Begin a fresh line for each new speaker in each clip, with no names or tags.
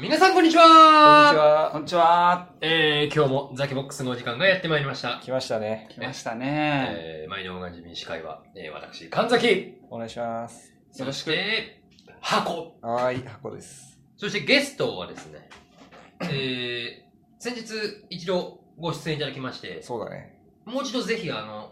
皆さんこんにちは
こんにちは。
えー、今日もザキボックスのお時間がやってまいりました。
来ましたね。
来
来ましたね。
えー、毎度おなじみ司会は、えー、私、神崎。
お願いします。よろしく
そて、箱。
はーい、箱です。
そしてゲストはですね、えー、先日一度ご出演いただきまして、
そうだね。
もう一度ぜひあの、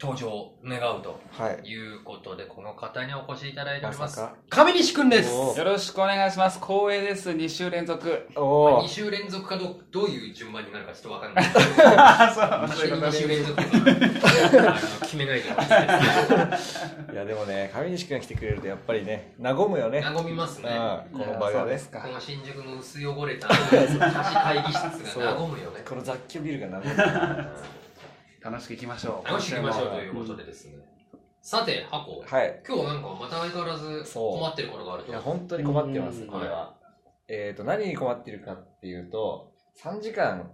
登場願うと
はい。
いうことで、この方にお越しいただいてお
ま
りま
さ
す。
か。
上西くんです。
おー
よろしくお願いします。光栄です。2週連続。
お
2
お。
週連続かどうどういう順番になるかちょっとわか んない。
あそういうこ
2
と
週
ね
連続は あの決めないと思います。
いやでもね、上西くんが来てくれるとやっぱりね、和むよね。
和みますね。
うんこの場
いやそ
が
うで
ね。
す
こ
か。
の新宿の薄汚れた会議室
そう
が和むよね。
この雑居ビルが和む。
楽しく行きましょう。
楽しく行きましょう
今
と
週
いう
も
ことでですね。さて、箱。
はい。
今日はなんかまた相変わらず
そう
困ってることがある
い
と。
や、本当に困ってます、
うん
これは。えっ、と、何に困ってるかっていうと、3時間、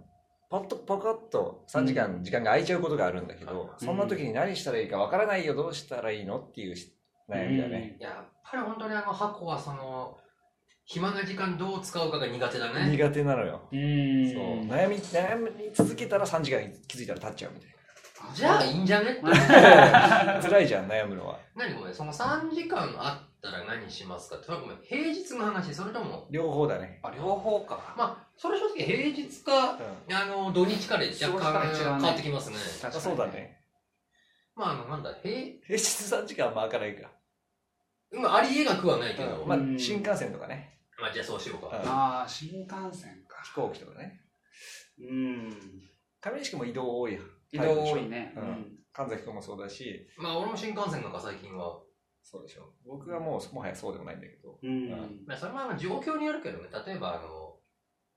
パッとパカッと3時間、時間が空いちゃうことがあるんだけど、
うん
そんな時に何したらいいかわからないよ、どうしたらいいのっていうし悩みだね。
やっぱり本当にあの箱はその、暇な時間どう使うかが苦手だね。
苦手なのよ。
う。
そうん悩み、悩み続けたら3時間気づいたら経っちゃうみたい
じゃあいいんじゃね って。
な。辛いじゃん、悩むのは。
何ごめん、その3時間あったら何しますかって。それはごめん、平日の話、それとも、
両方だね。
あ、両方か。
まあ、それ正直平日か、
う
あの、土日かで若干
仕事から違うね
変わってきますね。
確か
ん。
に
そうだ。ね。
まあ、あの、なんだ、平、
平日3時間はまあ開かないか。
まあ、ありえなくはないけど、
うん
ま
ま
あ、
あ
うん、
新幹線とかね、
じゃあそうしようか。
うん
ああ、新幹線か。
飛行機とかね。
うん。
上西君も移動多いやん。
移動多いね。
う
うんん。
神崎君もそうだし、
まあ、俺も新幹線なんか最近は。
そうでしょ。僕はもう、もはやそうでもないんだけど。
うん
まあ、それもあの状況によるけどね、例えば、あの、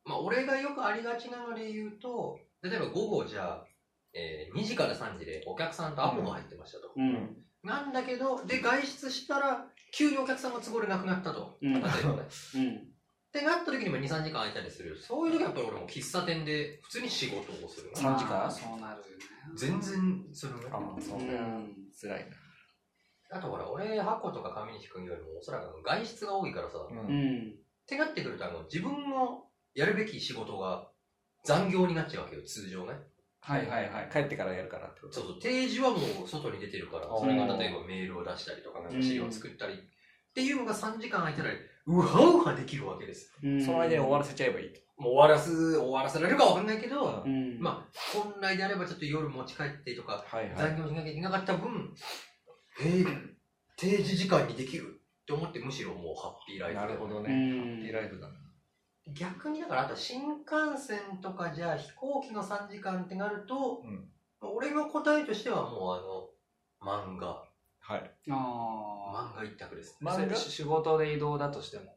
まあ、俺がよくありがちなので言うと、例えば午後じゃあ、えー2時から3時でお客さんとアポが入ってましたと。
うん。
なんだけど、で、外出したら、急にお客さんが都合でなくなったと。
うん
例えばね。
うん。。
ってなった時にも2、3時間空いたりする。そういう時はやっぱり俺も喫茶店で普通に仕事をするな。
三時間
まあそうなるよね。
全然それもね。
そううん辛いな。
あとほら、俺、箱とか上西君よりもおそらくあの外出が多いからさ、
う。
っ
うんん。
てなってくるとあの、自分のやるべき仕事が残業になっちゃうわけよ、通常ね。
はいはいはい。
帰ってからやるからってこと
そうそう、定時はもう外に出てるから、
ー
それが例えばメールを出したりとか、なんか資料を作ったり、っていうのが3時間空いてたら、うはうはできるわけです。
うん
その間に終わらせちゃえばいいと。
もう終わらす、終わらせられるかわかんないけど、
うん。
まあ、本来であればちょっと夜持ち帰ってとか、
はい
残業しなきゃいけなかった分、へえ、定時時間にできるって思って、むしろもうハッピーライフだよね
なるほど
う
ね。ハッピー
ん。
ライフだな。
逆にだからあと新幹線とかじゃあ飛行機の3時間ってなると、
うん
俺の答えとしてはもうあの漫画
はい。
あ
漫画一択です、
あ。そ
漫
れ
画
仕事で移動だとしても。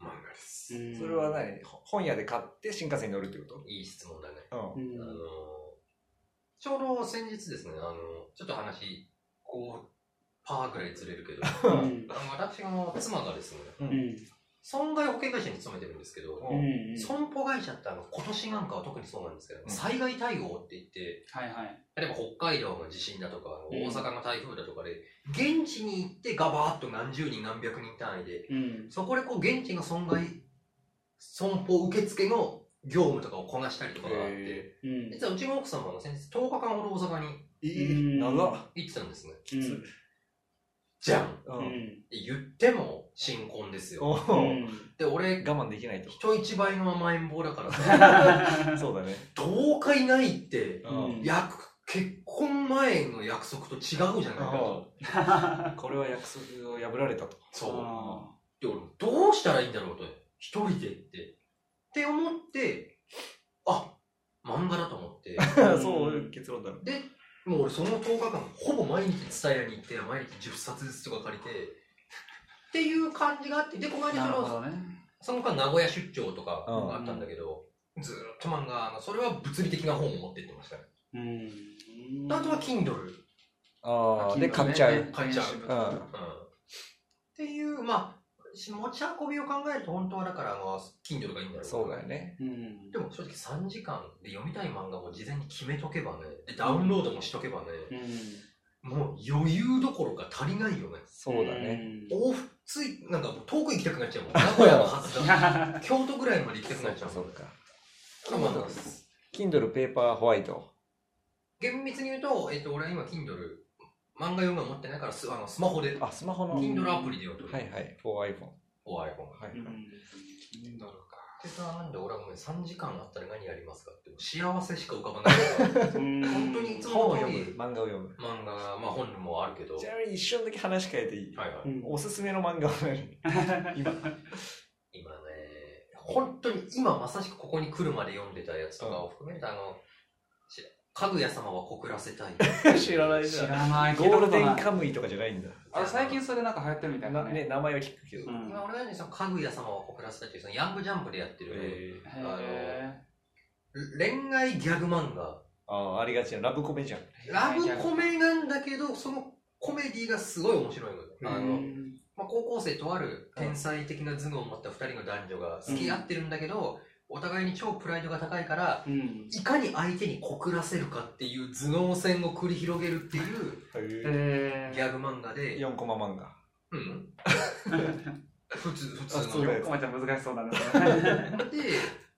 漫画です、
うん
それは何ほ本屋で買って新幹線に乗るってこ
いい質問だね、
と
う
うん。
ん
あのーちょうど先日ですねあのーちょっと話こうパーぐらいずれるけどあ
うん。
の私の妻がですね
うん。
損害保険会社に勤めてるんですけど、
う
うん。
損保会社ってあの今年なんかは特にそうなんですけど、
うん
災害対応って言って
はいはい。
例えば北海道の地震だとか、
うん
大阪の台風だとかで、現地に行ってガバーッと何十人何百人単位で、
うん。
そこでこう現地の損害、損保受付の業務とかをこなしたりとかがあって、
へ
うん。
実はうちの奥様が先日10日間ほど大阪に
え。
うん
いい。長っ。
行ってたんですね。
うん。
じゃん
う。
うんん。
言っても新婚ですよ。
お
う
ー
ん。
で、俺、
我慢できないと。
人一倍の甘えん坊だからさ、
そうだね。
10日いないって、
う
うん
ん。
約、結婚前の約束と違うじゃないかと。
これは約束を破られたと。
そう。
あ
で、俺、どうしたらいいんだろうと、一人でって。って思って、あ、漫画だと思って。
うん
そういう結論だろ。
で、もう俺その10日間、ほぼ毎日伝えに行って、毎日10冊ずつとか借りて、っていう感じがあって、で、この
ー
間
なる
そ
ほ
の、
どね。
その間名古屋出張とか
うん
あったんだけど、ずーっと漫画、あのそれは物理的な本を持って行ってましたね。
うん。
あとは Kindle。
ああ。で、買っちゃう。
買っちゃう
うん。
っていう、まあ、し持ち運びを考えると、本当はだから、あの、Kindle がいいんだろうな
そうだよね。
うん。
でも正直3時間で読みたい漫画も事前に決めとけばね、でダウンロードもしとけばね、
うん。
もう余裕どころか足りないよね。
そうだね。
往復つい、なんかもう遠く行きたくなっちゃうもん。名古屋のはず だ。京都ぐらいまで行きたく
そ
な
う
っちゃう
かそ
も。
うんか。
でもまあ
Kindle ペーパーホワイト。
厳密に言うと、えっと、俺は今 Kindle、漫画読むの持ってないから、すあのスマホで、
あ、スマホの。はい
Kindle アプリで読むと。
はい。4iPhone。
お iPhone。
は
う
い
ん。Kindle か。
でさ、なんで俺はごめん、3時間あったら何やりますかって、幸せしか浮かばないから。
本
本当にいつも
本を
の通
読む
り、、
漫画を読む。
漫画、まあ本もあるけど、は
ち
い
なみに一瞬だけ話変えていい
はい。
おすすめの漫画は何今。
今ね、本当に今まさしくここに来るまで読んでたやつとかを含めて、あの、しかぐや様は告らせたい。
知らないじゃ
知
ん。
らない。
ゴールデン
カ
カムイとかじゃないんだ。
あれ最近それなんか流行ってるみたい
な
な
ね、
ね。
名前は聞くけど。
うん
今俺がね、そのかぐや様は告らせたいっていう、そのヤングジャンプでやってる、
えー
へー
恋愛ギャグ漫画。
あーありがちなラブコメじゃん。
ラブコメなんだけど、そのコメディがすごい面白いのよ。あ
う
の、
ん
まあ、高校生とある天才的な頭脳を持った2人の男女が付き合ってるんだけど、お互いに超プライドが高いから
うん
いかに相手に告らせるかっていう頭脳戦を繰り広げるっていう
へ
ギャグ漫画で、
4コマ漫画。
うん 普通普
あ
通
そう
の
だよ
で
ー。こまちゃん難しそうだ ね。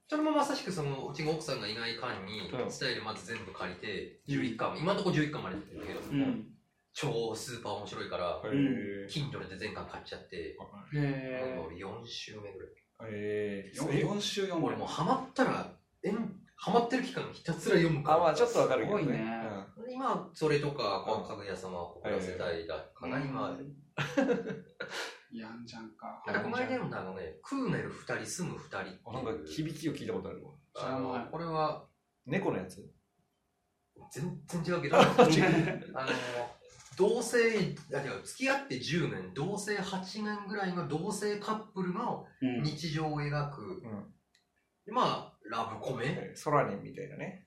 それもまさしくそのうちの奥さんがいない間に
うん
スタイルまず全部借りて
うん
11巻今のところ11巻までやってるんだけど、
うん
超スーパー面白いから
へ
ん
Kindle で全巻買っちゃって、
へ
俺4週目ぐらい
ー。え
ー。
ー。
4週4
俺もうハマったら、えんハマってる期間ひたすら読むから。
あ、まあちょっとわかるけど
すごい
ね
ね。
今、それとか、
うん
かぐや様を告らせたいだかな、今。。
やんちゃんか。
なんかこの間読んだあのね、クーネル二人、住む二人っていう
うんあなんか響きを聞いたことあるわ。
あの、これは
猫のやつ
全然違うけど、あの、同棲、あ、違う、付き合って10年、同棲8年ぐらいの同棲カップルの
うん
日常を描く、
うん
でまあ、ラブコメ。
ソラニンみたいなね。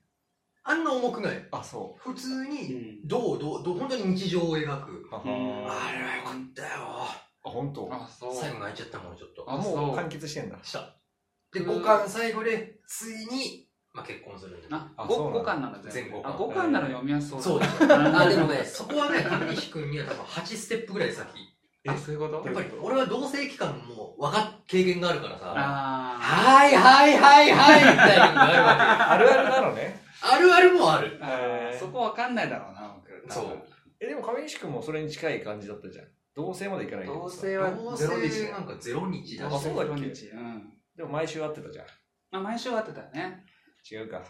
あんな重くない。
あ、そ
普通
う
に、
ん
どう、どう、どう、本当に日常を描く。
う。は
うん
は
あれはよかったよ。
あ、本当。
あ、そう。
最後泣いちゃったもん、ちょっと。
あ
あ、
そ
も
う
う完結してんだ。
した。で、
うん
5巻最後で、ついに、まあ、結婚するんだよ
あ、
あそうなんだ
5巻なんだ
全五巻
あ、5巻なら読みやすそうだ。
そうでしょ。あ、でもね、そこはね、上西君には多分8ステップぐらい先。
あ、そういうこと
やっぱり、俺は同棲期間も分かっ、経験があるからさ、
あ
はいはいはいはいみたいなのがあるわけ。
あるあるなのね。
あるあるもある。
ーあー。そこわかんないだろうな、僕。
そう。
え、でも上西君もそれに近い感じだったじゃん。同棲までいかないけ
同
どさ。
棲は
同
ゼロ日
棲なんかゼロ日だ
あ
し、
そうだっ
う
け
ん。
でも毎週会ってたじゃん。
まあ、毎週会ってたよね。
違うか。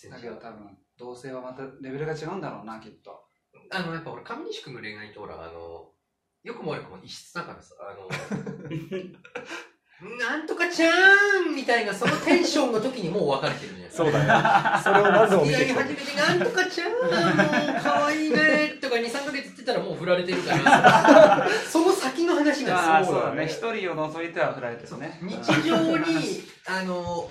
全
だ
然
け
違
ど
う。
多分、同棲はまたレベルが違うんだろうな、きっと。
あの、やっぱ俺、上西君の恋愛とほら、あの、よくも悪くも異質だからさ、あの、 なんとかちゃーんみたいな、そのテンションの時にもう別れてるじゃん。
そうだね。 それをまずお見
付き合
せ
い
し
始め
て。
て、なんとかちゃーん、もう可愛いねとか2、3ヶ月ってたらもう振られてるから、 その先の話
あ
が
あ、
す
そ
ご
う
い。
だね。一人を除いては振られてるね。
日常に、あの、もう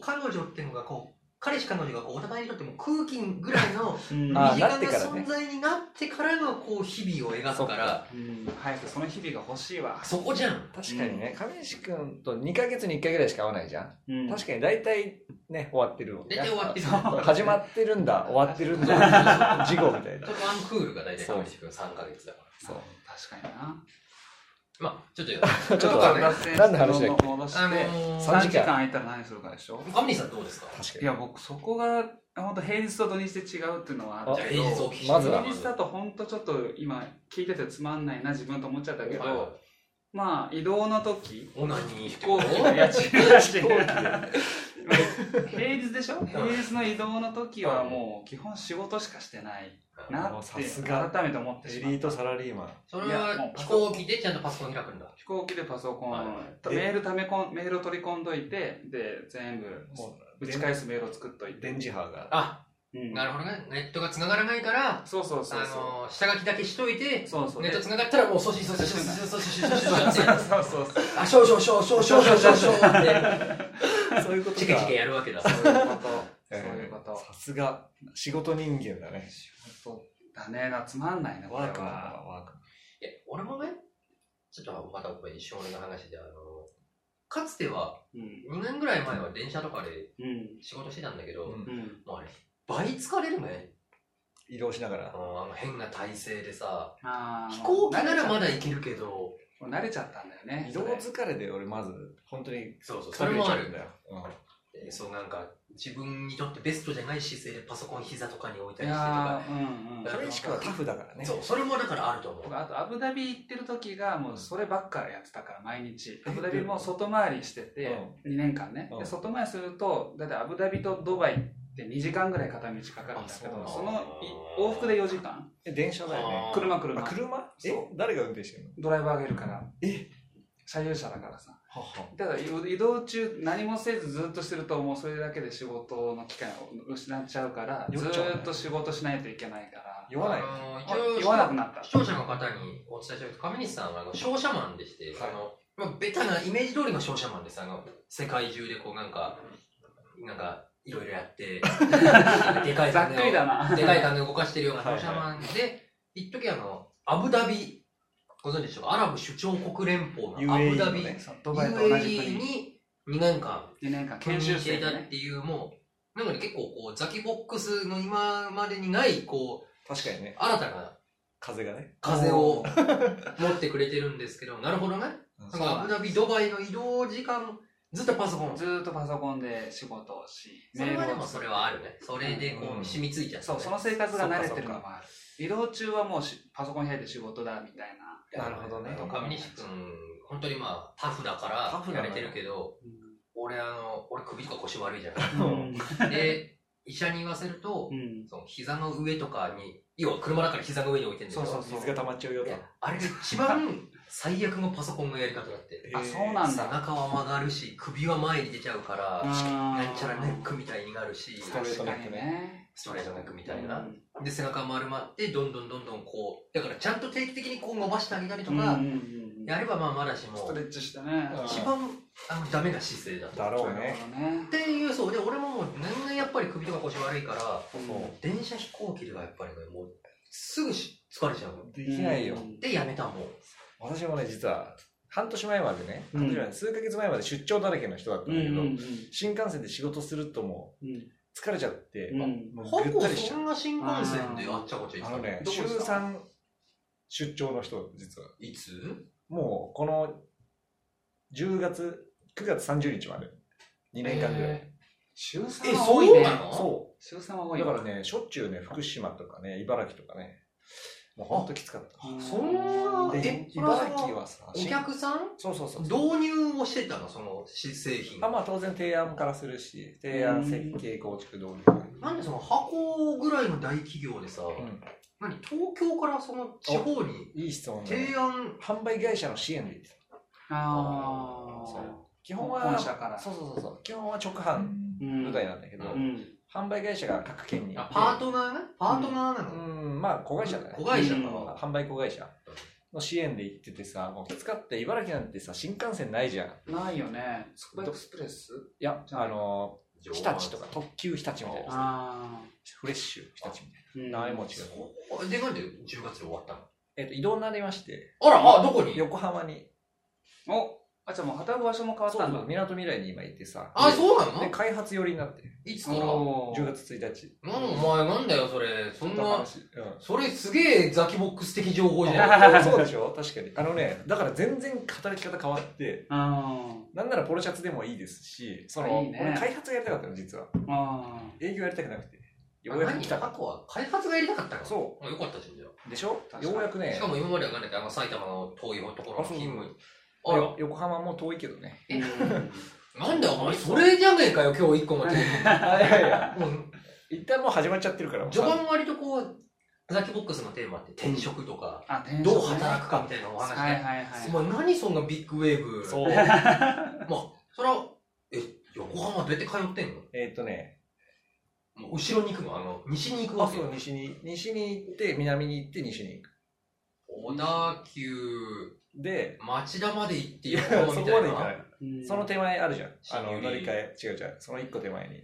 彼女っていうのがこう、彼氏彼女がこうお互いにとってもう空気ぐらい の
うん
あ
身
ーな
近
って
な
からね
存在になってからのこう日々を描くから、
うん
早くその日々が欲しいわ。
そこじゃん。
確かにね、上西君と2ヶ月に1回ぐらいしか会わないじゃん。
うん
確かに大体ね、終わってるもんね
大体終わってる。
始まってるんだ、終わってるんだ、事故みたいな
ちょ。っとワンクールが大体上地君3ヶ月だから。
そう。
確かにな。
まあ、ちょっと、
ちょっと、
わか
確
ん
か
ない
何の話だっけ
戻して、
あの
さ
ー、
3時間空いたら何するかでしょ
上西さんどうですか
い
に。
や、僕、そこが、本当平日と土日で違うっていうのはある
じゃあ
け
平
ど、
日お聞きして
まずは
平日だと本当ちょっと今、聞いててつまんないな、自分と思っちゃったけど、まあ、移動の時、
オナニー
飛行 機の家賃、 平日でしょ平日の移動の時はもう基本仕事しかしてないな
もう
っ
さす
て
が
改めて思ってし
エ
ま
リ
っ
ー
た
トサラリーマン。
それは飛行機でちゃんとパソコン開くんだ。
飛行機でパソコン、
はい
メール溜め込んメールを取り込んどいてで全部
も
打ち返すメールを作っといて
電磁波が。
あ、
うん
なるほどね。ネットが繋がらないから、
そうそうそう
あ
そ
のー、下書きだけしといて
う。、そうそう。
ネット
で
繋がったらもう、阻止、阻止、阻止、阻止、阻止、阻止、阻止って、
そうそうそう。
あ、少々、少々、少々、少々って、
そういうこと
チケチケやるわけだ。
そういうこと。そう
えー
いうこと。
さすが、仕事人間だね。
仕事だね。なつまんないね、これ
ワークマンだ
は。
ワークマン
いや、俺もね、ちょっとまたこれ一生俺の話で、あのー、かつては、
うん
2年ぐらい前は電車とかで
うん
仕事してたんだけど、
うん
うん
もうあれ、倍疲れるね。
移動しながら
あ。のあの変な体勢でさ、
あー
飛行機ならまだ行けるけど、
もう慣れちゃったんだよね
移
そ
動
れ
疲れで俺まず本当に
そうそう、そ
疲
れ
れ
も
ち
あ
ゃう
る
んだよ、うん
えーそうなんか、自分にとってベストじゃない姿勢でパソコン膝とかに置いた
い
りしてとか
やーうんうん
だか
な
ら
でしくはタフだから
ね。
ね
そう、それもだからあると思う。
僕あとアブダビ行ってる時がもうそればっかやってたから毎日アブダビも外回りしてて2年間ね
うん
で外回りするとだいたいアブダビとドバイって2時間ぐらい片道かかるんだけ
あそうな
ど
の
そのい往復で4時間
え電車だよね
あー
車車
あ車
そう
え誰が運転してるの
ドライバーがいるから
え
車用車だからさ
はは
ただ移動中何もせずずっとしてるともうそれだけで仕事の機会を失っちゃうからず
酔っちゃうね
ーっと仕事しないといけないから
酔わない
あのー
あ
一
酔わなく
応
なった
視聴者の方にお伝えしておくと上西さんはあの商社マンでして、
はい
あのまあ、ベタなイメージ通りの商社マンですあの世界中でこうなんかなんかいろいろやってでかい
ざっくりだな
でかい金を動かしてるような商社
は
マンで一時あのアブダビご存知でしょうかアラブ首長国連邦のア
UAE
ブダビ、
のね
そうドバイと同じ
UAE
国
に2年間
2年間
研
研
修
修
し
生
てい
で
た
ね
っていうもうなので結構こうザキボックスの今までにないこう
確かにね
新たな
風がね
風を持ってくれてるんですけどなるほどねそのアブダビドバイの移動時間ずっとパソコン
ずーっとパソコンで仕事をし、
それはでも
作
そ
っ
れはあるねそれでこ
う
うん染みついちゃった
そ
ね
う、その生活が慣れてるのもある。移動中はもうしパソコン開いて仕事だみたいな。
なるほどね
あと上西君本当にまあタフだ
タ
か
フ
ら
な
や
の
れ
よ
てるけど俺あの俺首とか腰悪いじゃ
うん
ないで医者に言わせると
うん
その膝の上とかに要は車だから膝の上に置いてるんだけど
そうそう
水が溜まっちゃうよ
い
と
やあれが一番最悪のパソコンのやり方だって。
あ、そうなん
背
だ。
中は曲がるし、首は前に出ちゃうから、
な
なんちゃらネックみたいになるし、
ストレー
確
ト
か
ネック
にね。
ストレートネックみたいうな。
ん
で、背中丸まって、どんどんどんどんこう、だからちゃんと定期的にこう伸ばしてあげたりと
うんうん
か、
うん
やればまあまだしも
スト、レッチしてね。
うん
一番あのダメな姿勢だと。
だろう
なる
ね
ほどね
っ。ていう、そう、で、俺ももう年々やっぱり首とか腰悪いから、
そう
電車飛行機がやっぱりね、もう、すぐし疲れちゃうの。
できないよ
うん
で、やめたもん。
私もね実は半年前までね半年前数ヶ月前まで出張だらけの人だった
うん
だけ
ん
ど
うん
新幹線で仕事するともう
うん
疲れちゃって
うん
も
ほ
うぐっ
ぼ
たりしち
そ
ゃうん
な新幹線であっちゃこっちゃ行
あ
ってた
のね
どこ
週
でした
3出張の人実はい
つ
もうこの10月9月30日まで2年間ぐらい
えー週3
え、
は
そ
多いう
な
ね。
の
そう
週3は多い
だ
よ
からね、しょっちゅうね、福島とかね、茨城とかね、もうほんときつかった。
うん
そんな
で
え、これは
茨城はさ、
お客さん
そうそうそうそう。
導入をしてたのその製品。
あまあ当然提案からするし、提
う
案、
ん
設計、構築、導入。
なんでその箱ぐらいの大企業でさ、
うん
何東京からその地方に
いい質問ね
提。案、
販売会社の支援でいいです。
ああ。
そう基本は、
本社から
そうそうそうそう、基本は直販
うん
舞台なんだけど、
うん
販売会社が各県にいて
あパートナーねパートナーなの、
うん、まあ子会社だね。
子会社か、
うん
販売子会社の支援で行っててさ、もうきつかって、茨城なんてさ、新幹線ないじゃん。い
ないよね。つくばエクスプレス
や、あの、
上手
日立とか特急日立みたいな
あ
フレッシュ日立みたい
あ。
な名前も違う、
そうで、なんで10月で終わったの
えっと移動になりまして
あら、あ、どこに
横浜に
おあ、じゃあもう働く場所も変わったんだ。
みなとみらいに今いてさ
あ、
う
そうなの
で開発寄りになって
いつから
おー
10月1日
なんお前、なんだよ、それ。そん
だ
な
話、うん
それすげえザキボックス的情報じ ゃない
あそうでしょ確かにあのねだから全然働き方変わって
あ
なんならポロシャツでもいいですしそ
あ
の
いいね
俺開発がやりたかったの実は
ーあ
営業やりたくなくてようやく
何
来た
過
か
去は開発がやりたかった
ら
の。
そう
もうよかったじゃん、じゃ
うでしょ
確かに
ようやく
あ。
ね
しかも今までは分かんないけど、あの埼玉の遠いところの勤務に。あ
よ
ら、
横浜も遠いけどね
ー。うん
なんだよ、お前、それじゃねえかよ、今日一個のテー
いやいや
マ。もう
一旦もう始まっちゃってるから
序盤割とこう、ザキボックスのテーマって転職とか、
あ、転職ね
どう働くかみたいなお話
はい
ね。
はいはい。
お前、何そんなビッグウェーブ。
そう
まあ、それは、え、横浜どうやって通ってんの
えっとね
もう後ろに行くのあの、西に行く
あ
わけ
そう西に西に行って南に行って西に行く
小田急、
で
町田まで行って
いや
横
そこ
浜
ま
み
で
たい
行かな
な。
い
うん
その手前あるじゃんあ
新
の
百合
乗り換え違う違うその一個手前に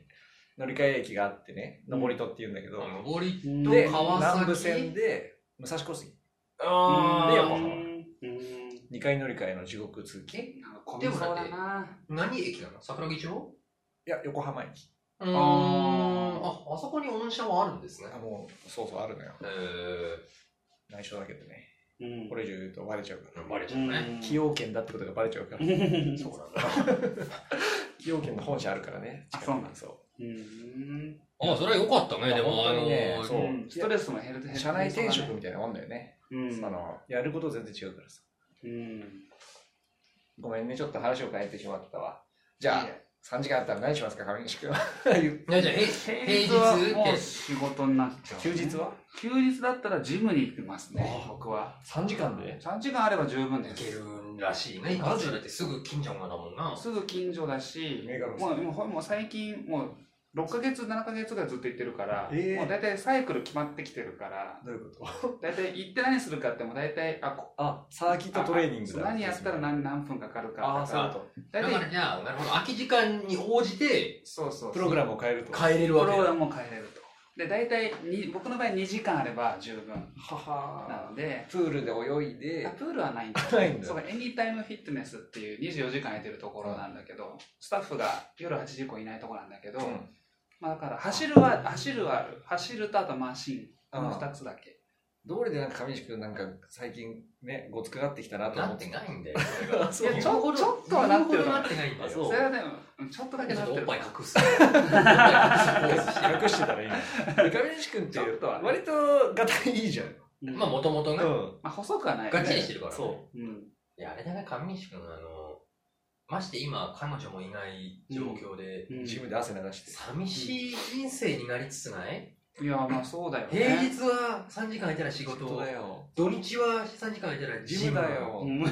乗り換え駅があってね
うん
上り戸っていうんだけど、
あの上り
うん
で
川崎
南武線で武蔵小杉
あ
で
ー
横浜
うん
2回乗り換えの地獄通勤い
え
なんか混みそうだな。
何駅なの桜木町う
や横浜駅
ーんああそこに御社はあるんですね
あもうそうそうあるのよ
えー
内緒だけどね
うこれ以上言うとバレちゃうから。
バレちゃうね。
崎陽軒だってことがバレちゃうから。
そ
そうう
なんだ。
崎陽軒の本社あるからね。
あそうなん
そ
うん
あ、それは良かったね、でも、
本
あ
当
の
にね
ー、
そう
うんストレスも減る減
う。
る
社内転職みたいなもんだよね。
うん
あの、やること全然違うからさ。
うん
ごめんね、ちょっと話を変えてしまったわ。じゃ
いいね
あ、3時間あったら何しますか、上西君。言って
いやじゃあ、へ
平日
平
は
日
も
っ
う
て、
仕事になっちゃう
休日は
休日だったらジムに行ってますね
あ
僕は
3時間で
3時間あれば十分で
行け
す
るらしいね。今、
マジ
だってすぐ近所までだもんな。
すぐ近所だし
メガロス
もうもうほもう最近もう6ヶ月7ヶ月ぐらいずっと行ってるから、
えー
もう大体サイクル決まってきてるから
どういうこと
大体行って何するかってもう大体あこ
あ、サーキットトレーニングだ。
何やったら何何分かかるかとか
ああ、そういうこ
だ
大
から
体
じゃあ、なるほど、空き時間に応じて
そうそうそう
プログラムを変えると。
帰れる
プ
わ
ロ
け
グ
だ
ラ。ムも変えれるとで大体に僕の場合2時間あれば十分
と。は
なので
ープールで泳い
あ
で、
プールはないんだ
ないんだ
そうエニタイムフィットネスっていう24時間空いてるところなんだけど、スタッフが夜8時以降いないところなんだけど、
うん
まあだから走るは走るはある走るとあとマシンこの2つだけ
どれでなんか上西君なんか最近ね、ごつくなってきたなと
な
思
っ
ってて。
ないんだよ。それが
そう
いやちょちょっとはなってる
言うほどなってないんだよ。
あ
ち
そう
ょ
それはでもちょっとだけな
っ
っ
と
て
おっ
る
ぱい隠す。おっぱい隠すポーズして
隠してたらいいの。
上西君って
ちょっとはね
割とガタイいいじゃん。
うん
る。 ま
ま
あ、
あ、
もともとね、
細くはないよね
ガチにしてるからね。
そ
うん
いや、あれだね、上西君、あの、まして今、彼女もいない状況で、
う
う。
ん
ジムで汗流して。
寂しい人生になりつつない
いやまあそうだよね
平日は3時間空いたら仕事
本当だよ。
土日は3時間空いたら
ジムだ。よ
う。ん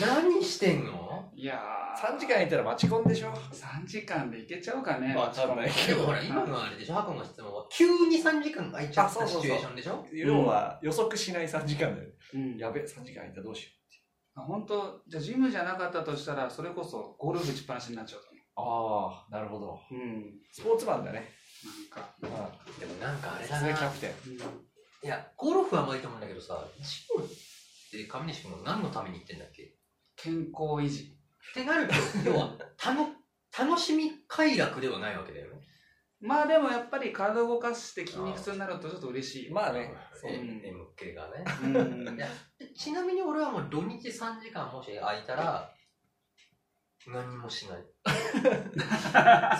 何してんの
いや
3時間いたら待ち込んでしょ。
3時間で行けちゃうかね
わかんない
でもほら、今のあれでしょ、ハコの質問は、急に3時間空いちゃっ
あそ
た
うそうそ
シ
う
チュエーションでしょ
要は予測しない3時間だよ。
うん
やべ、3時間空いたらどうしよ
本当じゃあジムじゃなかったとしたらそれこそゴルフ打ちっぱなしになっちゃうと
う。ああ、なるほど。
思ううん
スポーツマンだね。
なんか、
うん。
でもなんかあれ
さ
だ
す
な。
がキャ
い
プテン。
や、ゴルフはまあいいと思うんだけどさ、ジムって上西君も何のために行ってんだっけ
健康維持
ってなると、要は、たの、 楽しみ快楽ではないわけだよね。
まあでもやっぱり体を動かして筋肉痛になるとちょっと嬉しいよ
まあね、
そう、MK がね。
うん
いやでちなみに俺はもう土日3時間もし空いたら、何もしない。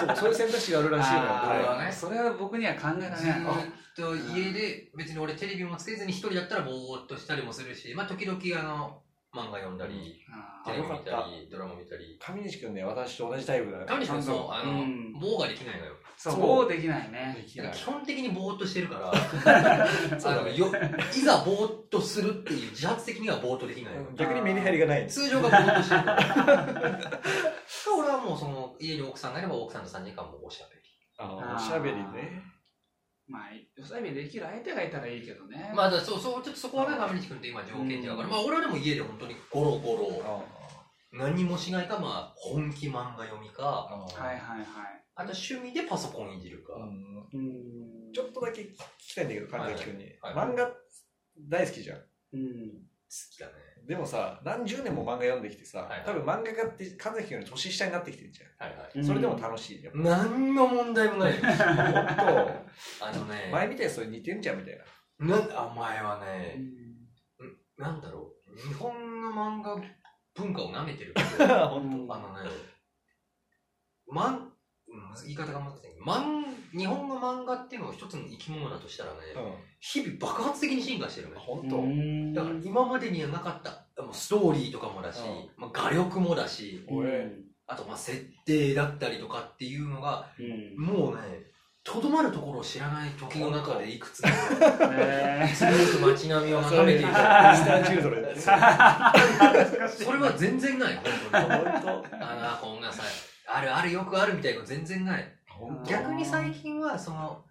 そう、そういう選択肢があるらしいのよ。
ー
は
あ
い
はい
それは僕には考えられ
ず
ない
ーっと家で、別に俺テレビもつけずに一人だったらぼーっとしたりもするし、まあ時々あの、漫画読んだり、
あ
テレ
ー
ビ見
よ
た
かっ
り、ドラマ見たり。
上西くんね、私と同じタイプだよ。
神西君そう、あの
うん、
棒ができないのよ。
そう
そう
もうできないね
でき
だ
な
か
い
ら基本的にぼーっとしてるから、
そう
あ
だ
の
ね
よいざぼーっとするっていう自発的にはぼーっとできないのよ。
逆にメリハリがないんです。
通常がぼーっと してるから。だから俺はもうその家に奥さんがいれば奥さんと3時間もおしゃべり。
あーおしゃべりね。
まあおしゃべりできる相手がいたらいいけどね
まあだからそうそうちょっとそこはね、上西君って今条件違うから、まあ俺はでも家で本当にゴロゴロ、何もしないか、まあ本気漫画読みか、
はいはい
い。
はい
あと趣味でパソコンいじるか。
うん
うん
ちょっとだけ聞きたいんだけど、神崎くんに。
はいはい
漫画大好きじゃん。
うん
好きだね。
でもさ、何十年も漫画読んできてさ、
はいはい
多分漫画家って神崎くんより年下になってきてるじ
はいは
ゃん。それで も楽しいじゃん。
い。何の問題も ないよ。
ほん
あの
と、前
ね、
みたいにそれ似てんじゃんみたいな。
なあ前は
う
ね、
ん
なんだろう、日本の漫画文化を舐めてるけど。
うん
あのね、まん、うん言い方が難しい。まん、日本の漫画っていうのは一つの生き物だとしたらね、
う
日々爆発的に進化してるね
ん。。ほ
うん
と。
ん
だから今までにはなかった、もうストーリーとかもだし、
う
まあ、画力もだし、
うん
俺
あとまあ設定だったりとかっていうのが、
うん
もうね、とどまるところを知らない時の中でいくつ も、
ね
すごく街並みを
そ
眺め
れ
てい
ミ
る。
スター・チルドレンです。ほん
それは全然ない、本当に。
と。
あの、こんなさ、あるあるよくあるみたいなの全然ない。
ほんと
逆に最近はその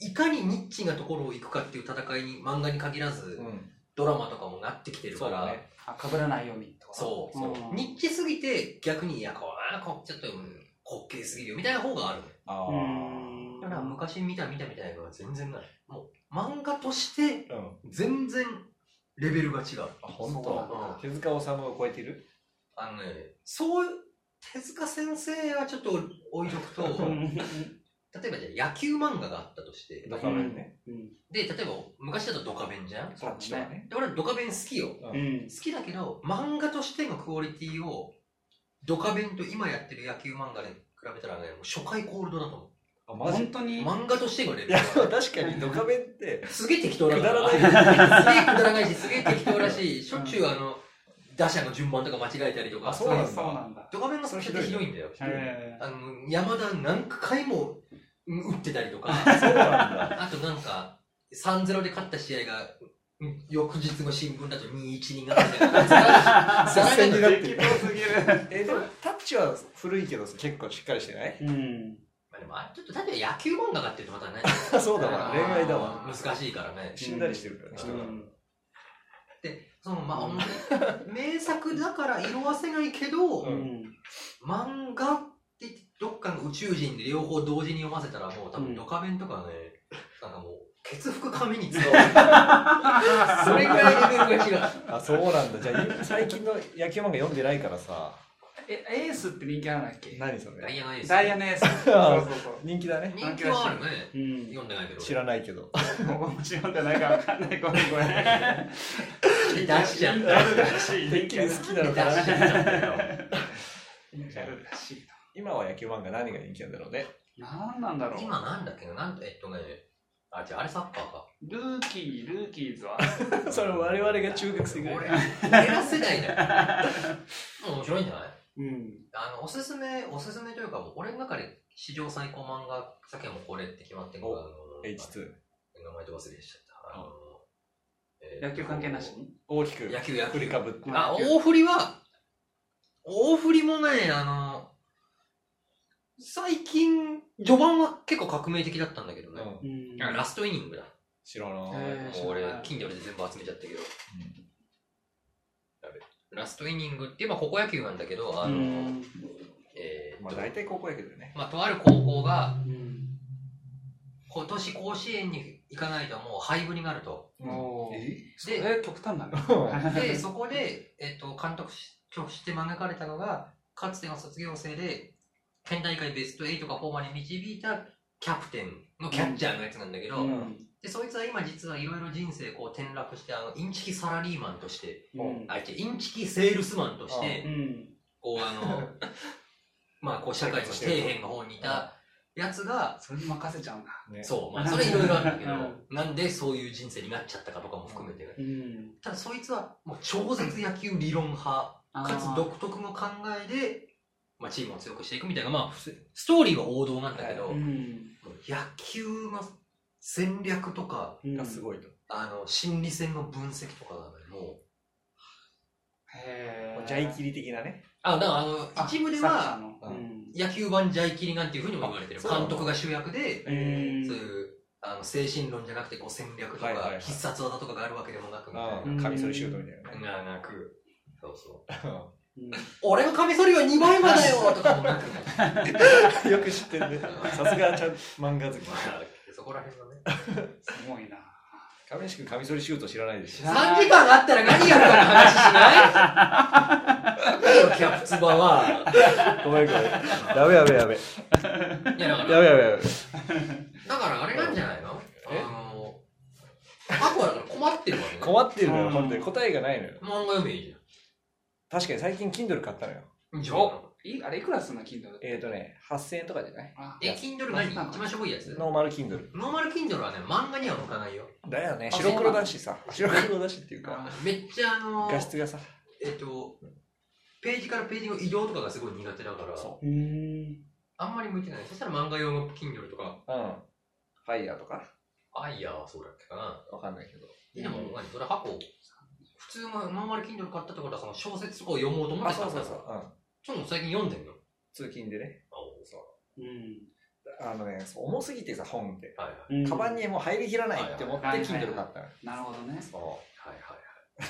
いかにニッチなところを行くかっていう戦いに漫画に限らず、
うん
ドラマとかもなってきてる
そ
か
うだ
ら
ね。
あかぶらないようにとか
そうそう
うん
ニッチすぎて逆にいやこあこちょっと、うん、滑稽すぎるよみたいな方がある
あ
う
ー
ん
だから昔見た見たみたいなのは全然ないもう漫画として
うん。
全然レベルが違う、
あ、本
そうなん
当。
だ
手塚治虫を超えてる
あのねそう手塚先生はちょっと置いとくと
うん
例えばじゃあ野球漫画があったとして、
だからね、
うん。
で、例えば昔だとドカベンじゃんで
パッチとかね。
俺ドカベン好きよ。
う
うんん
好。きだけど、漫画としてのクオリティを、ドカベンと今やってる野球漫画で比べたらね、もう初回コールドだと思
あ、マジ
本当に
う。、漫画としてのレベ
い
ル
や、
が。
でも確かにドカベンって、
すげえ適当だから。
く
す
だ
げ
ら
え
な
く
い
だらないし、すげえ適当だし、しょっちゅうあの、打者の順番とか間違えたりとか。
あそうなんだ
そうなんだ。
ドカベンがそれちょっとひどいんだよ。
へ
あの、山田何回もうん打ってたりとか、
そうなんだ。
あとなんか、3-0で勝った試合が、うん翌日の新聞だと2-1になってたりとかざ らにざらに
になって
適当すぎる。
え、でも、タッチは古いけどさ、結構しっかりしてない
うん。
まあでも、あちょっと例えば野球漫画がっていうとまたね、
あそうだわ、恋愛だわ。
難しいからね。
しんだりしてるからね、人
う
が。
ん
で、その、ま
うん
あ、名作だから色あせないけど、
うん
漫画ってどっかの宇宙人で両方同時に読ませたらもう多
うん
分ドカベンとかね、なんかもう、血服紙に使う。それぐらいレベルが違う。
あ、そうなんだ。じゃ あ、最近の野球漫画読んでないからさ、
え、エースって人気あるんだっけ
何それ
ダイヤのエース。
ダイヤのエース。そうそうそう。
人気だね。
人気はあるね。
うん。
読んでないけど。
知らないけど。
僕も読んでないからわかんない。ごめんごめん。
出しちゃった。
らしい。
てっきり好きなのか
出しちゃったんだよ
あるらしい
今は野球漫画何が人気なんだろうね。
な。何なんだろう。
今なんだっけな、なんえっとね、あ、じゃああれサッカーか。
ルーキー、ルーキーズは。
それ我々が中学生ぐらい。
俺俺ら世代だよ。面白いんじゃない
うん。
あの、おすすめ、おすすめというか、もう俺の中で史上最高漫画作品はもうこれって決まってるから、あの、
H2。
名前と忘れしちゃった。あの、えー
野球関係なしに。
大きく
野球、野
振り
球。
かぶって。
あ、大振りは、大振りもね、あの、最近、序盤は結構革命的だったんだけど
う
ね。
ん。
うん
あラストイニングだ。
知らな
へ
い。
ー
もう俺、近所で全部集めちゃったけど。やべラストイニングって、まあ、高校野球なんだけど、あの、
うん
えーっ
まあ
と、
大体高校野球だよね。
まあ、とある高校が、
うん
今年甲子園に行かないともう廃部になると。
おー
え
で、
え、極端だね。
でそこで、えっと、監督として招かれたのが、かつての卒業生で、県大会ベスト8か4まで導いたキャプテンのキャッチャーのやつなんだけど、
うん
でそいつは今実はいろいろ人生こう転落して、あの、インチキサラリーマンとして、
うん
あ、違うインチキセールスマンとして、
うん。
こうあ の、まあこう社会の底辺の方にいたやつが、
それに任せちゃうんだ。
ね
そう、まあそれいろいろあるんだけど
うん、
なんでそういう人生になっちゃったかとかも含めてね。
うん。
ただそいつはもう超絶野球理論派、かつ独特の考えで、まあチームを強くしていくみたいな、まあふせストーリーは王道なんだけど、も
う。
うん野球の戦略とか、
うん
がすごいと。
あの、心理戦の分析とかがね、もう、
へ
ジャイキリ的なね。
あ、だからあの、
あ
一部で
サッカー
は
の
う
野球版ジャイキリなんていうふうにも言われてる。
あそうなの
監督が主役で、
うん
そういうあの精神論じゃなくてこう戦略とか、
はいはいはい
必殺技とかがあるわけでもなくみたいな。
うん。カミソリシュートみたいなね。
ななく。そうそう。
うん
俺のカミソリは2枚まだよとかも なく。
よく知ってるね。さすがちゃん漫画好き。
そこら辺はね。
すごいな。
亀梨君、カミソリシュート知らないでし
知
ょ。
ら
3時間あったら何やるかの話しないキャプツバは。
ごめんごめん。やべやべや べ。
いやだか
や
ら、
べやべやべ。
だからあれなんじゃないの
え
あの、アコだから困ってるわけね。
困ってるの
う
よ、
ん
本当に。答えがないのよ。
漫画読めばいいじ
確かに最近 Kindle 買ったのよ。
ゃん。じゃあ
おいあれいくらすんの Kindle
えっ、ー、とね、8000円とかじゃない
あ
え、Kindle 何一番しょぼいやつ
ノーマル Kindle。
ノーマル Kindle はね、漫画には向かないよ。
だよね、
あ
白黒だしさ。白黒だしっていうか、
あ
めっちゃあの、
画質がさ。
えっと、ページからページの移動とかがすごい苦手だから、
そう
ーん
あんまり向いてない。そしたら漫画用の Kindle とか、
う。うん。ファイヤーとか
アイヤーはそうだっけかな。
わかんないけど。
ででも、何それ箱、普通のノーマル Kindle 買ったってことは、その小説とかを読もうと思っ
あ、
て買
そう
った
そ
の
うそう。うん。
ちょっと最近読んでんの。
通勤でね。
うん
あのね、そう重すぎてさ、本って。
はいはい。
うん
カバンにもう入りきらないって思って
はいはい
Kindle 買ったのよ。
なるほどね
そ
はいはいはい。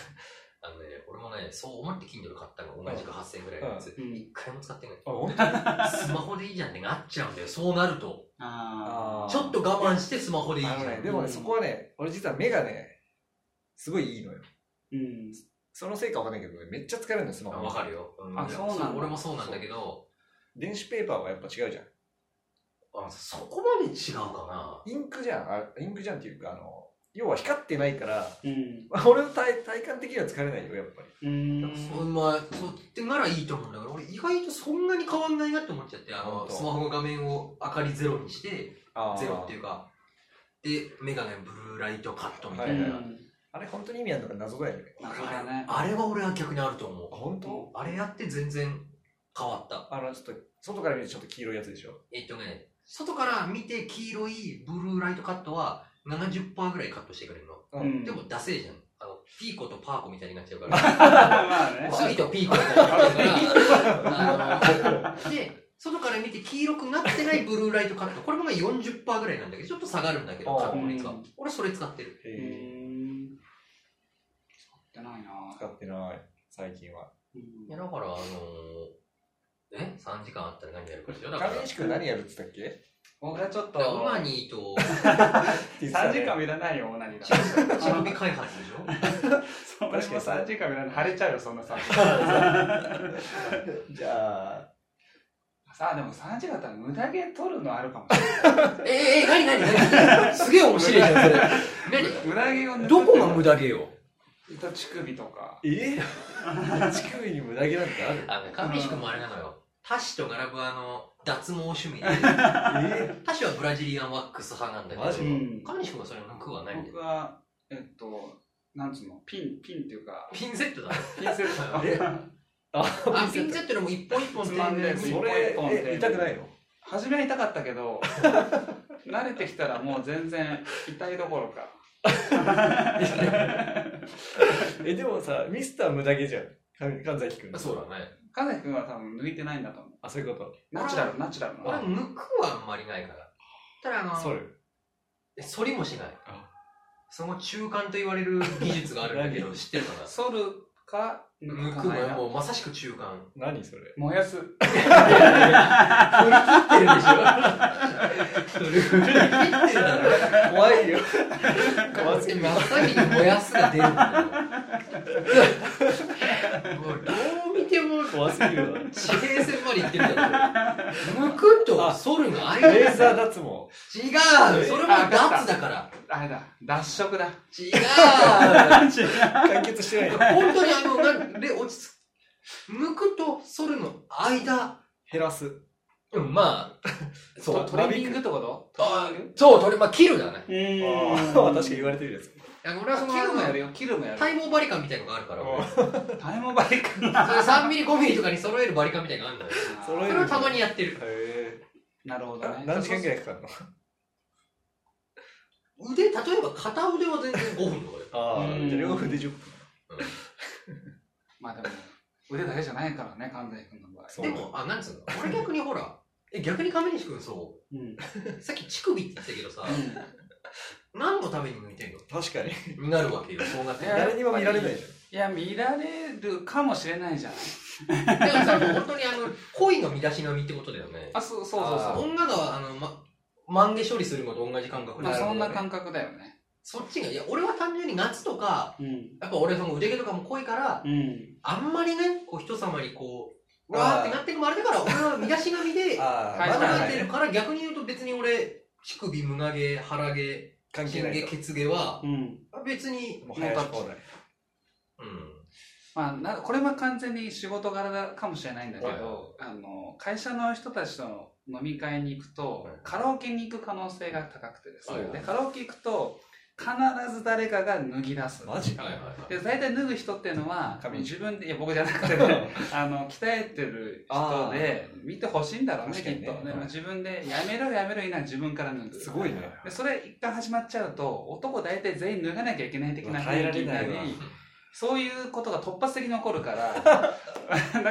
あのね、俺もね、そう思って Kindle 買ったのが同じく8000円ぐらいのやつ。
うん
一回も使ってない。
う。あ、本当に
スマホでいいじゃんってなっちゃうんだよ、そうなると。
あ
あー
ちょっと我慢してスマホでいいじゃ
あ
ん。
のね、でもね、そこはね、俺実は目がね、すごいいいのよ。
ーうん
そのせいかわかんないけどね、めっちゃ疲れるんだよ、スマ
あ
ホ。
わかるよ。
あそうなんだ
俺もそうなんだけど、
電子ペーパーはやっぱ違うじゃん。
あそこまで違うか
インクじゃんあインクじゃんっていうかあの要は光ってないから
うん。
まあ俺の体体感的には疲れないよやっぱり
うん。
な。そんまあ、そうってならいいと思うんだけど、俺意外とそんなに変わんないなって思っちゃって、あ
本
の、
当
スマホの画面を明かりゼロにして、
あ
ゼロっていうか、で、メガネブルーライトカットみた
う
いな。
ん。
あれ本当に意味あるのか謎だよね
謎だね。
あれは俺は逆にあると思う。
本当
あれやって全然変わった。
あのちょっと外から見るとちょっと黄色いやつでしょ
えっとね、外から見て黄色いブルーライトカットは70%ぐらいカットしてくれるの。
う
うん
でもダセえじゃん。あの、ピーコとパーコみたいになっちゃうから。
まあね。
チーとピーコみたいになっちゃうから。あの で、外から見て黄色くなってないブルーライトカット。これもまあ40%ぐらいなんだけど、ちょっと下がるんだけど、
あー
カット率が
うん。
俺それ使ってる。
へ
う
え
ん。使ってないな
使ってない最近はい
や、だからあのー、え ?3 時間あったら何やるかでしょだから。
亀石君何やるって言ったっけ
僕はちょっと、
ウマニー と、
3時間もいらないよ、オナニー
チ
が。
ロビ開発でしょ
そう俺も3時間いらない。晴れちゃうよ、そんな さ。
じゃあ
さあ、でも3時間だったら無駄毛取るのあるかもしれ
ええー、何何何すげえ面白いじゃん、それ。
ない。無駄毛を抜くってい
何
う
どこが無駄毛よ
糸乳首とか。
え乳首に無駄毛なんて
あの、上石君もあれなのよ。タシと並ぶあの、脱毛趣味で。
あるえ
タシはブラジリアンワックス派なんだけど。
マジ
うん
上石君はそれ抜くはないんだ
僕
よ。
は、えっと、なんつうの、ピン、ピンっていうか、
ピンセットだね。
ピンセット。
え
あ
あ、 ピンセットでも一本一本
つまんで
丁寧に
それえ痛くないの
初めは痛かったけど、慣れてきたらもう全然痛いどころか。
えでもさミスター無駄毛じゃん神神崎君
そうだね。
神崎君は多分抜いてないんだと思う。
あそういうこと
ナチュラル、ナチュラル
俺
な。
抜くはあんまりないから。ただあの、
それ
え反りもしない
あ。
その中間と言われる技術があるんだ けど、知ってるかな
剃るか、抜
抜
く
く
か
の
ない
よ、
な
もうまさしく中間。
何それ
燃やす。
振り切ってるでしょ。それ振り切ってるだろ。
怖いよ怖
ます
ぎる
さに燃やすが出るんだよ。 もうどう見ても
怖すぎるわ
地平線まで行ってるだろ。むくと反るの間。
レーザー
だ。
脱毛
違うそれも
あ
脱だから。
あれだ、脱色だ。
違う
完結してないの
本当にあの、なんで落ち着く。むくと反るの間。
減らす
うん、まあ、そう、
トトリミングってこと
あそう、トリまあ、切るだね。
う
あ
ー
あ 確かに言われてみるやつ
いや俺は
あ
その、
切るもやるよ、切るもやる。
体毛バリカンみたいのがあるから、俺
タイムバリカン
それ3ミリ5ミリとかに揃えるバリカンみたいなのがあるんだよ。
揃
そ
え
れ
る
をたまにやってる。
へ
なるほど
え
ね。
何時間ぐらいかかるの
腕、例えば片腕は全然5分とかで。
あ
う
あ
ん
じゃあ両方で10分
まあでも、腕だけじゃないからね、神崎君の場合。
そう
でも、あ、なんつうの俺逆にほら、え、逆に亀西君そ
うん。うん
う。さっき乳首って言ってたけどさ、何のために抜いてんの
確かに
になるわけよ、そうなって。
いや
だ
誰にも見られないじ
いや、見られるかもしれないじゃない。
からさ、もう本当にあの、恋の身だしなみってことだよね。
あ、そうそうそうそう。
女が、あの、ま、万華処理するのと同じ感覚
まあ、
だよ
そ
ね
んな感覚だよね。
そっちが、いや、俺は単純に夏とか、
うん。
やっぱ俺その腕毛とかも濃いから、
うん。
あんまりね、こう人様にこう、わーってなってくもあれだから、俺は身だしなみで
ゃん、ああ
はい
ま
考
だ
は
えて
ね
るから、逆に言うと別に俺、乳首、胸毛、腹毛、
関係
金
ない
毛、
と
血毛は、
うん。
別に、
もう早い方だ
うん。
まあ、なこれは完全に仕事柄だかもしれないんだけ
はいはい
ど、あの、会社の人たちとの飲み会に行くと、
はい
カラオケに行く可能性が高くてです
はい
ね。
はい
で、カラオケ行くと、必ず誰かが脱ぎ出す。
マジ
はいはい
で
はい。
大体脱ぐ人っていうのは
髪
自分でいや僕じゃなくて ねあの鍛えてる人で見てほしいんだろうねき
確
っ
か
と
にね
で
はい
も自分でやめろやめろいいな自分から脱ぐ
すごいね
でそれ一回始まっちゃうと男大体全員脱がなきゃいけない的な
耐え
雰
ら
囲気
れ
に
な
ないり
わ
そういうことが突発的に起こるからだ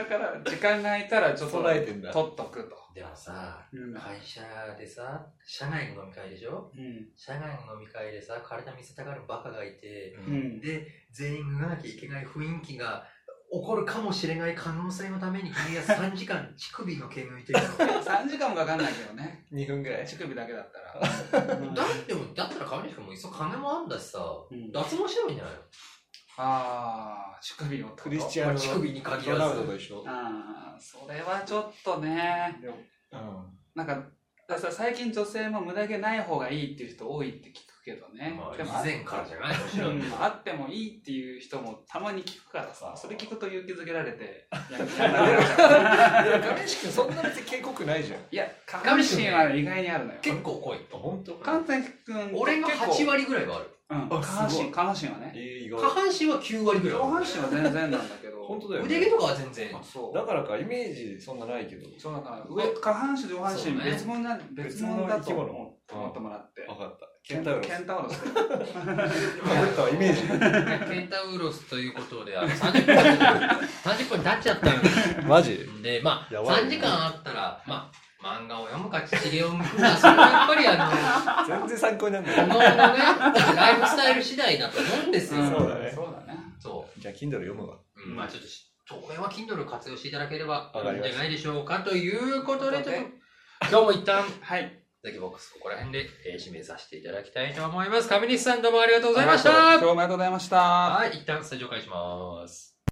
から時間が空いたらちょっと
備えてんだ
取っとくと、
でもさ、
うん
会社でさ、社内の飲み会でしょ
うん
社外の飲み会でさ、体見せたがるバカがいて、
うん
で、全員脱がなきゃいけない雰囲気が、起こるかもしれない可能性のために、君は3時間乳首の毛抜いてるの。
3時間もかかんないけどね
2分ぐらい
乳首だけだったら、う ん
だっても、だったら川西君もいっそ金もあんだしさ、
うん
脱毛してもいいんじゃないの
ああ乳首を
ク
取
リ
る
スチャーノ・
乳首に限らず
ロナウドと一緒
ああ、それはちょっとね、
うん
なんか、だからさ最近女性も無駄毛ない方がいいっていう人多いって聞くけどね。
まあ、
でも
以前からじゃないもちろん。
うんあってもいいっていう人もたまに聞くからさ、それ聞くと勇気づけられて、
亀石君そんな別に警告ないじゃん
いや、下半身は意外にあるのよ。
結構濃い。
本当
関西君、
俺が8
割。
割ぐらいはある。
うん、下
あ
半
すご
身、
い
下半身はね。
えー意
下
外
半身は9割ぐらい
上
は
半
あ
身は全然なんだけど。
本当だ
る。
よ、
腕毛とかは全 然。
そう。
だからかイメージそんなないけど
そうだから上下半身上半
そう
身
ね
別物な別物だと
別物の
思う思ってもらって
分かったケンタウロス
ケンタウロス
今思 ったわイメージ
ケンタウロスということで、あの30分、30分経っちゃったんで
マジ
で、まあ、
やばい
3時間あったら、まあ、漫画を読むか、知恵を向くか、それはやっぱりあ
全然参考にな
の、
らな
お
い
のおのね、ライフスタイル次第だと思うんですよ。
うん
そうだね
そうだね
そ
じゃあ Kindle 読むわ
う。うんまあ、ちょっとし、当面は Kindle を活用していただければ
わか
いい
り
ん
ま
じゃ
した
ないでしょうか。ということで、ちょっ、
ということ
今日も一旦、
はい
ザキボックス、ここら辺で、えー締めさせていただきたいと思います。上西さん、どうもありがとうございました。
今日もありがとうございました
はい、一旦スタジオ返します。